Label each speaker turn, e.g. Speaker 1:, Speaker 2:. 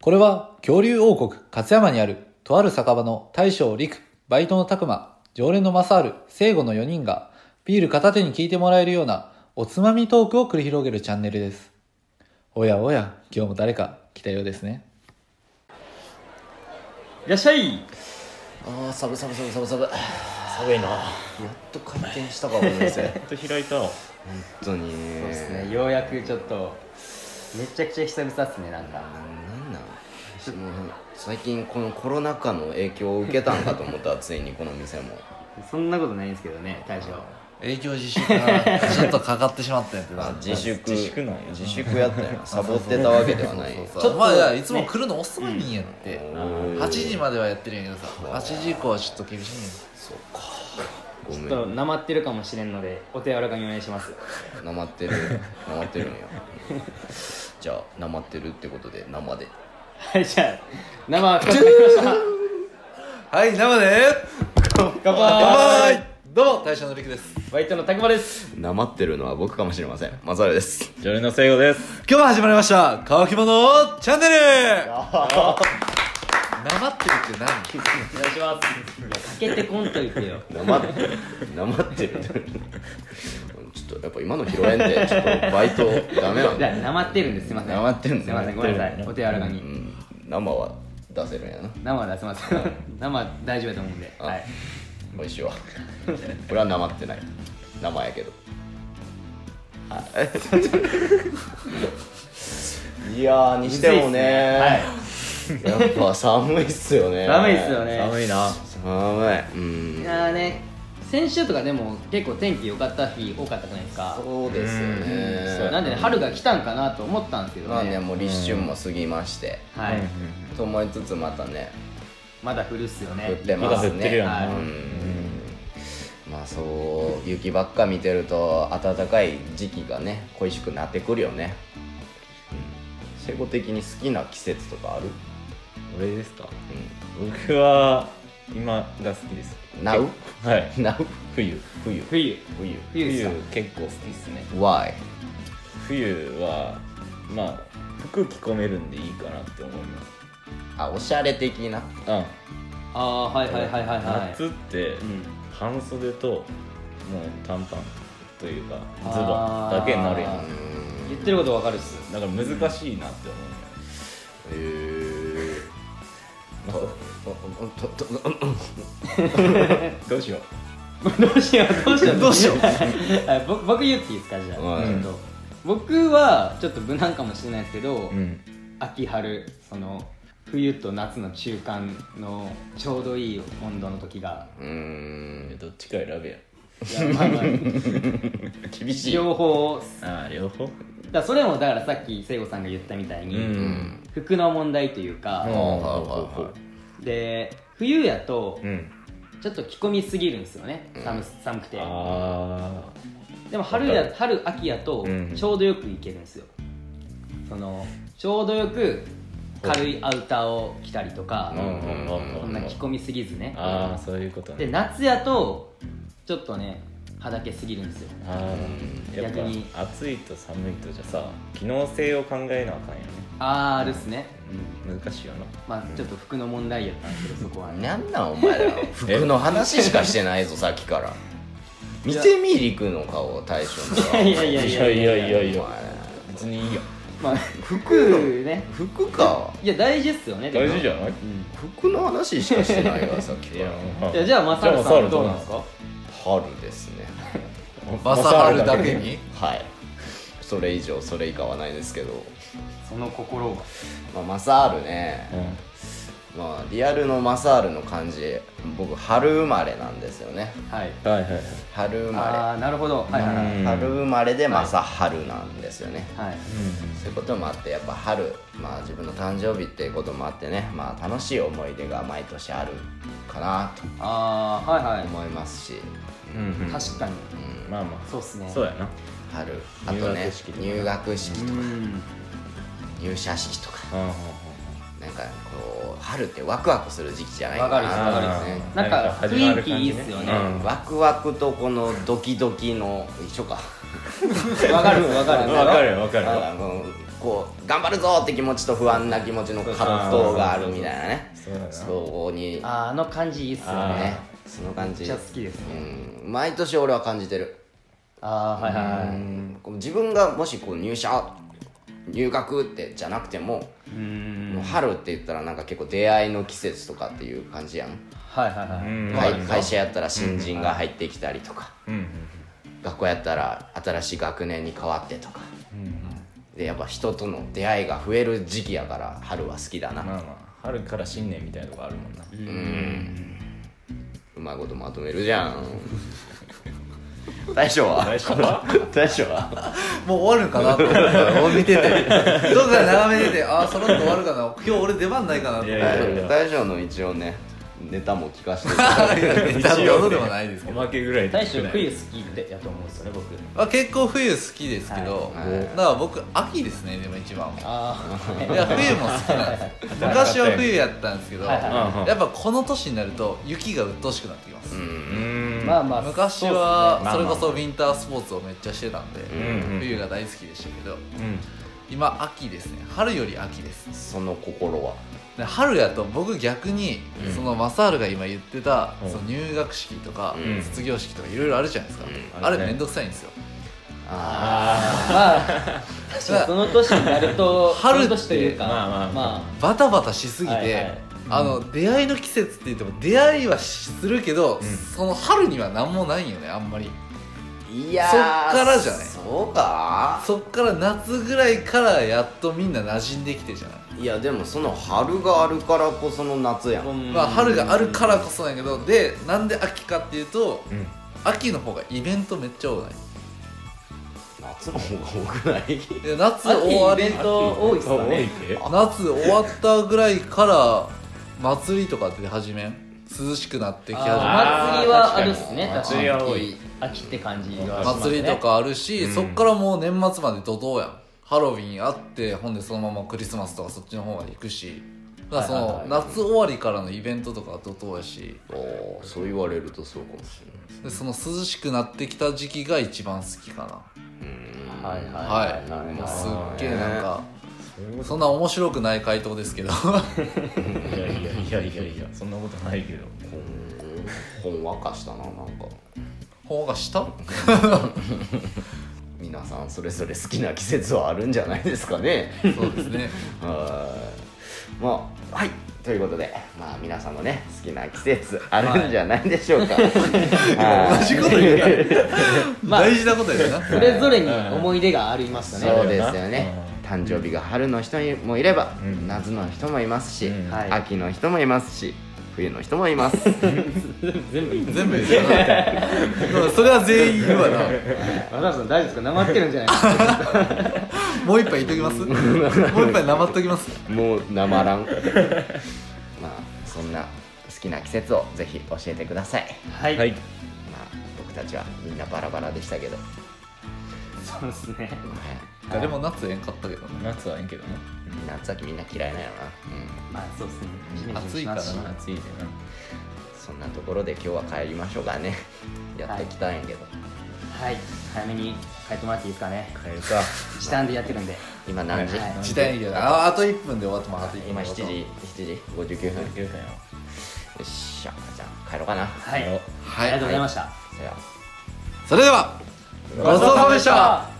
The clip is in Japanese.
Speaker 1: これは恐竜王国勝山にあるとある酒場の大将陸、バイトの拓馬、常連の正ル聖護の4人がビール片手に聞いてもらえるようなおつまみトークを繰り広げるチャンネルです。おやおや、今日も誰か来たようですね。
Speaker 2: いらっしゃい
Speaker 3: ああサブサブサブサブサブやっ
Speaker 2: 寒いな
Speaker 3: と回転したかも ですね
Speaker 2: と開いたの
Speaker 3: 本当に
Speaker 4: そうですね、ようやくちょっとめちゃくちゃ久々っすねなんか
Speaker 3: なんなんもう最近このコロナ禍の影響を受けたんかと思ったらついにこの店 も
Speaker 4: そんなことないんですけどね大将
Speaker 1: 営業自粛がちょっとかかってしまったんやけど
Speaker 3: あ自粛
Speaker 2: 自粛なんや
Speaker 3: 自粛やったよなサボってたわけではない
Speaker 1: ちょっとまあいやいつも来るの遅いんやって、
Speaker 3: おー
Speaker 1: 8時まではやってるんやけどさ8時以降はちょっと厳しいんや
Speaker 3: ご
Speaker 4: ちょ
Speaker 3: め
Speaker 4: っ
Speaker 3: ん
Speaker 4: となまってるかもしれんのでお手柔らかにお願いします
Speaker 3: なまってるなまって るんやじゃあなまってるってことで生で
Speaker 4: はいじゃあ生乾杯しまし
Speaker 1: はい生で
Speaker 4: た乾杯
Speaker 1: どうも大将のりくです
Speaker 4: バイトのたくまです
Speaker 3: なまってるのは僕かもしれませんマサルです
Speaker 2: 常連の聖護です
Speaker 1: 今日も始まりました「乾き物チャンネル」なまってるって何
Speaker 4: お願いしますいやかけてこんといてよ
Speaker 3: なまってなまってるちょっとやっぱ今の拾えんでちょっとバイトダメなん
Speaker 4: じ
Speaker 3: だ
Speaker 4: ゃあなまってるんですすいません
Speaker 3: なまってるんです
Speaker 4: すいませんごめんなさいお手柔らか
Speaker 3: う
Speaker 4: に
Speaker 3: ん生は出せるんやな
Speaker 4: 生は出せます生大丈夫だと思うんで
Speaker 3: あ
Speaker 4: はい
Speaker 3: 美味しいわこれはなまってない生やけど いやーにしてもねやっぱ寒いっすよね
Speaker 4: 寒いっすよね
Speaker 2: 寒いな
Speaker 3: 寒いうん
Speaker 4: いやーね先週とかでも結構天気良かった日多かったじゃないですか
Speaker 3: そうですよね
Speaker 4: そうなんでね春が来たんかなと思ったんですけどね,、
Speaker 3: まあねもう立春も過ぎまして、
Speaker 4: はい、
Speaker 3: と思いつつまたね
Speaker 4: まだ降るっすよね
Speaker 3: 降って
Speaker 2: ま
Speaker 3: ま
Speaker 2: だ降
Speaker 3: す
Speaker 2: っ
Speaker 3: ね
Speaker 2: てるよな
Speaker 4: は
Speaker 3: うんまあそう雪ばっか見てると暖かい時期がね恋しくなってくるよねうん聖子的に好きな季節とかある
Speaker 2: 俺ですか僕は今が好きです
Speaker 3: うん ?Now?
Speaker 2: はい
Speaker 3: Now?
Speaker 2: 冬
Speaker 3: 冬
Speaker 4: 冬
Speaker 3: 冬
Speaker 4: 冬っす
Speaker 2: 冬
Speaker 4: か
Speaker 2: 結構好きですね
Speaker 3: Why?
Speaker 2: 冬はまあ服着込めるんでいいかなって思います
Speaker 3: あおしゃれ的な
Speaker 2: あ
Speaker 4: ああーはいはいはいはいはい
Speaker 2: 夏って
Speaker 4: うん
Speaker 2: 半袖ともう短パンというかズボン
Speaker 4: あー
Speaker 2: だけになるや
Speaker 3: うんん
Speaker 4: 言ってることわかるっす
Speaker 2: だから難しいなって思う
Speaker 3: へ
Speaker 2: ね
Speaker 3: え
Speaker 2: どうしよう
Speaker 4: どうしようどうしよう
Speaker 3: どうしよう
Speaker 4: はい僕僕言っていいですかじゃあ、
Speaker 3: はい
Speaker 4: ちょっと僕はちょっと無難かもしれないですけど、
Speaker 2: うん
Speaker 4: 秋春その冬と夏の中間のちょうどいい温度の時が
Speaker 3: うん
Speaker 2: どっちか選べや
Speaker 4: いやまあま あ
Speaker 3: 厳しい
Speaker 4: 両方
Speaker 2: ああ両
Speaker 4: だ
Speaker 2: 方
Speaker 4: からそれもだからさっき聖子さんが言ったみたいに、
Speaker 2: うん
Speaker 4: 服の問題というか、
Speaker 3: ああはいはいはい
Speaker 4: で冬やと
Speaker 2: うん
Speaker 4: ちょっと着込みすぎるんですよね、寒す寒くて
Speaker 2: ああ
Speaker 4: でも春
Speaker 2: わか
Speaker 4: や春秋やと
Speaker 2: うん
Speaker 4: ちょうどよくいけるんですよ、そのちょうどよく軽いアウターを着たりとか、
Speaker 3: ん
Speaker 4: そんな着込みすぎずね
Speaker 2: ああそういうこと
Speaker 4: で
Speaker 2: ね
Speaker 4: 夏やとちょっとねはだけすぎるんですよ
Speaker 2: ああやっ
Speaker 4: 逆に
Speaker 2: ぱ暑いと寒いとじゃさ機能性を考えなあかんよね
Speaker 4: あーあるっすね、
Speaker 2: 難しいよな
Speaker 4: まあちょっと服の問題やったんですけどそこはね
Speaker 3: なんなんお前ら 服の話しかして ないぞさっきから見てみりくの顔大将の顔
Speaker 4: いやいやいやいやいや
Speaker 2: いや
Speaker 3: お前
Speaker 2: 別にいいよ
Speaker 4: まあ服ね
Speaker 3: 服か
Speaker 4: いや大事っすよねでも
Speaker 2: 大事じゃない
Speaker 3: 服の話しかして ないわさっき
Speaker 2: い
Speaker 3: か
Speaker 2: や
Speaker 3: ら
Speaker 2: まあ
Speaker 4: いやじゃあマサル
Speaker 2: じ
Speaker 4: さ
Speaker 2: ゃあ
Speaker 4: んはどうなんですか
Speaker 3: 春ですね
Speaker 1: バサハルだけに
Speaker 3: はいそれ以上それ以下はないですけど
Speaker 4: その心は
Speaker 3: まあマサールねまあリアルのマサールの感じ僕春生まれなんですよね
Speaker 4: はい
Speaker 2: うんはいはいはい
Speaker 3: 春生ま
Speaker 4: ああなるほどはいはいは
Speaker 2: う
Speaker 4: い
Speaker 3: れ
Speaker 2: ん
Speaker 3: 春生まれでマサ春なんですよね
Speaker 4: はい
Speaker 3: そういうこともあってやっぱ春、まあ、自分の誕生日っていうこともあってね、まあ、楽しい思い出が毎年あるかな
Speaker 4: ああはい
Speaker 3: と
Speaker 4: は
Speaker 3: 思いますし、
Speaker 2: うんうん
Speaker 4: い確かに
Speaker 3: うん
Speaker 2: まあまあ
Speaker 4: そうっすね
Speaker 2: そうやな
Speaker 3: 春あとね
Speaker 2: 入学式とか
Speaker 3: 入学式
Speaker 4: う
Speaker 3: とか
Speaker 4: ん
Speaker 3: 入社式とか
Speaker 2: うんうん
Speaker 3: なんかこう春ってワクワクする時期じゃないか
Speaker 4: わかるっす
Speaker 3: な
Speaker 4: わかるっ
Speaker 3: ですすね
Speaker 4: なんか
Speaker 2: 始ま
Speaker 4: 雰
Speaker 2: る
Speaker 4: 囲気
Speaker 2: 感
Speaker 4: いい
Speaker 2: じね
Speaker 4: っすよね
Speaker 2: うん
Speaker 3: ワクワクとこのドキドキの一緒か
Speaker 4: わかるわかる
Speaker 2: わかるよわかるよ
Speaker 3: あのこう頑張るぞって気持ちと不安な気持ちの葛藤があるみたいなね
Speaker 2: そうやな
Speaker 3: そこにね
Speaker 4: あーあの感じいいっすよ
Speaker 2: あ
Speaker 4: ね
Speaker 3: その感
Speaker 4: めっ
Speaker 3: じ
Speaker 4: ちゃ好きですね
Speaker 3: うん毎年俺は感じてる
Speaker 4: ああはいはいは
Speaker 3: う
Speaker 4: い
Speaker 3: んこう自分がもしこう入社入学ってじゃなくても
Speaker 4: うん
Speaker 3: もう春って言ったらなんか結構出会いの季節とかっていう感じやん
Speaker 4: はいはいは
Speaker 2: う
Speaker 4: い
Speaker 2: ん
Speaker 3: 会会社やったら新人が入ってきたりとか
Speaker 2: うんうん
Speaker 3: 学校やったら新しい学年に変わってとかでやっぱ人との出会いが増える時期やから春は好きだな
Speaker 2: まあまあ春から新年みたいなとこあるもんな
Speaker 3: うまいことまとめるじゃ ん大将は
Speaker 2: 大将は
Speaker 3: 大将は
Speaker 1: もう終わるんかなと思った俺見ててどっか眺めててああそろっと終わるかな今日俺出番ないかな と
Speaker 2: い
Speaker 1: 思っ
Speaker 2: やい
Speaker 1: て
Speaker 2: やいや
Speaker 3: 大将の一応ねネタも聞かせて
Speaker 1: ちゃんとでもないです
Speaker 2: お
Speaker 1: けど
Speaker 2: まけぐらい
Speaker 4: 大将
Speaker 2: 少ない
Speaker 4: 冬好きでやと思うんですよね僕
Speaker 1: あ結構冬好きですけど、
Speaker 3: はいはい
Speaker 1: だから僕秋ですねでも一番は
Speaker 4: ああ
Speaker 1: いや冬も好きなんですよ昔は冬やったんですけど、
Speaker 4: はいはい
Speaker 2: はい
Speaker 1: やっぱこの年になると雪が鬱陶しくなってきます、
Speaker 2: うーん
Speaker 4: まあまあ
Speaker 1: 昔
Speaker 2: そうっすねま
Speaker 1: は
Speaker 2: あ
Speaker 1: それこそウィンタースポーツをめっちゃしてたんで、
Speaker 2: んうん
Speaker 1: 冬が大好きでしたけど
Speaker 2: うん
Speaker 1: 今秋ですね春より秋です
Speaker 3: その心は
Speaker 1: で春やと僕逆に、そのマサールが今言ってた、
Speaker 2: うん
Speaker 1: その入学式とか、
Speaker 3: うん
Speaker 1: 卒業式とかいろいろあるじゃないですか、
Speaker 2: うん
Speaker 1: あ
Speaker 2: ある
Speaker 1: れ
Speaker 2: ね
Speaker 1: めんどくさいんですよ
Speaker 3: あ
Speaker 2: あ
Speaker 4: まあ確かにその年になる と
Speaker 1: 春って
Speaker 4: その年というか
Speaker 2: まあまあ
Speaker 4: ま
Speaker 1: バタバタしすぎて、
Speaker 4: はいはい
Speaker 1: あの出会いの季節って言っても出会いはするけど、
Speaker 2: ん
Speaker 1: その春には何もないよねあんまり
Speaker 3: ーいやー
Speaker 1: そっからじゃない
Speaker 3: そうか
Speaker 1: そっから夏ぐらいからやっとみんな馴染んできてじゃない、
Speaker 3: いやでもその春があるからこその夏やん
Speaker 2: あ
Speaker 1: まあ、春があるからこそなんやけどでなんで秋かっていうと
Speaker 2: うん
Speaker 1: 秋の方がイベントめっちゃ多い
Speaker 3: 夏の方が多くない
Speaker 1: で夏
Speaker 4: あ
Speaker 1: 終わ
Speaker 4: 秋イ
Speaker 1: り
Speaker 4: ベント多いっすか
Speaker 2: 多い
Speaker 4: ね
Speaker 2: って
Speaker 1: 夏終わったぐらいから祭りとか出始めん涼しくなってき始め
Speaker 2: あ
Speaker 1: る
Speaker 4: 祭
Speaker 2: ー
Speaker 4: りはあるっすね
Speaker 2: 確か
Speaker 4: 確か
Speaker 2: に祭りは多
Speaker 4: に
Speaker 2: い
Speaker 4: 秋って感じはしますね
Speaker 1: 祭りとかあるし、
Speaker 2: うん
Speaker 1: そっからもう年末まで怒涛やんハロウィンあってほんでそのままクリスマスとかそっちの方まで行くしだからそ
Speaker 4: はいはい
Speaker 1: の
Speaker 4: はい
Speaker 1: 夏終わりからのイベントとかは怒涛やし
Speaker 3: おーそう言われるとそうかもしれない
Speaker 1: でその涼しくなってきた時期が一番好きか
Speaker 4: はいはい
Speaker 1: なはい
Speaker 3: なるほど
Speaker 1: もうすっげえなんか
Speaker 2: そういうこ
Speaker 1: そんな面白くない回答ですけど
Speaker 2: といやいやいやいやいやそんなことないけど
Speaker 3: ほんわかしたななんか
Speaker 1: 方が下
Speaker 3: 皆さんそれぞれ好きな季節はあるんじゃないですかね
Speaker 1: そうですね
Speaker 3: はいまあはいということでまあ皆さんのね好きな季節あるんじゃないでしょうか、はい
Speaker 1: 同じこと言うやん
Speaker 4: まあ
Speaker 1: 大事なことやな
Speaker 4: それぞれに思い出がありますよね
Speaker 3: そうですよね誕生日が春の人もいれば、
Speaker 2: うん
Speaker 3: 夏の人もいますし、
Speaker 2: うん
Speaker 4: はい
Speaker 3: 秋の人もいますし冬の人もいます
Speaker 4: 全部いい
Speaker 1: 全部ですよなそれは全員言うわな
Speaker 4: 和田さん大丈夫ですかなまってるんじゃな いですか
Speaker 1: もう一杯いっときますもう一杯なまっときます
Speaker 3: もうなまらんまあそんな好きな季節をぜひ教えてください、
Speaker 4: はい、
Speaker 2: はい
Speaker 3: まあ、僕たちはみんなバラバラでしたけど、は
Speaker 4: そうですね
Speaker 3: い
Speaker 1: 誰も夏えんかったけどね
Speaker 2: 夏はいいけどな
Speaker 3: 夏秋みんな嫌いなよな、うん、
Speaker 4: まあそうですねジメジメ
Speaker 1: 暑い
Speaker 4: し
Speaker 1: から
Speaker 4: ま
Speaker 1: な
Speaker 4: すし
Speaker 2: 暑いでな
Speaker 3: そんなところで今日は帰りましょうかねやってきたんやけど、
Speaker 4: はい早めに帰ってもらっていいですかね
Speaker 2: 帰るか
Speaker 4: 時短でやってるんで
Speaker 3: 今何時、
Speaker 4: はい
Speaker 1: 時代劇だああと1分で終わってもあと1分
Speaker 3: 今
Speaker 1: で
Speaker 3: 7
Speaker 1: 終わっても
Speaker 3: 時7時59分よ
Speaker 2: 帰るかよ
Speaker 3: っしゃじゃあ帰ろうかな
Speaker 4: はい、
Speaker 2: 帰ろう
Speaker 4: ありがとうございました、
Speaker 3: それでは
Speaker 1: それではごちそうさまでした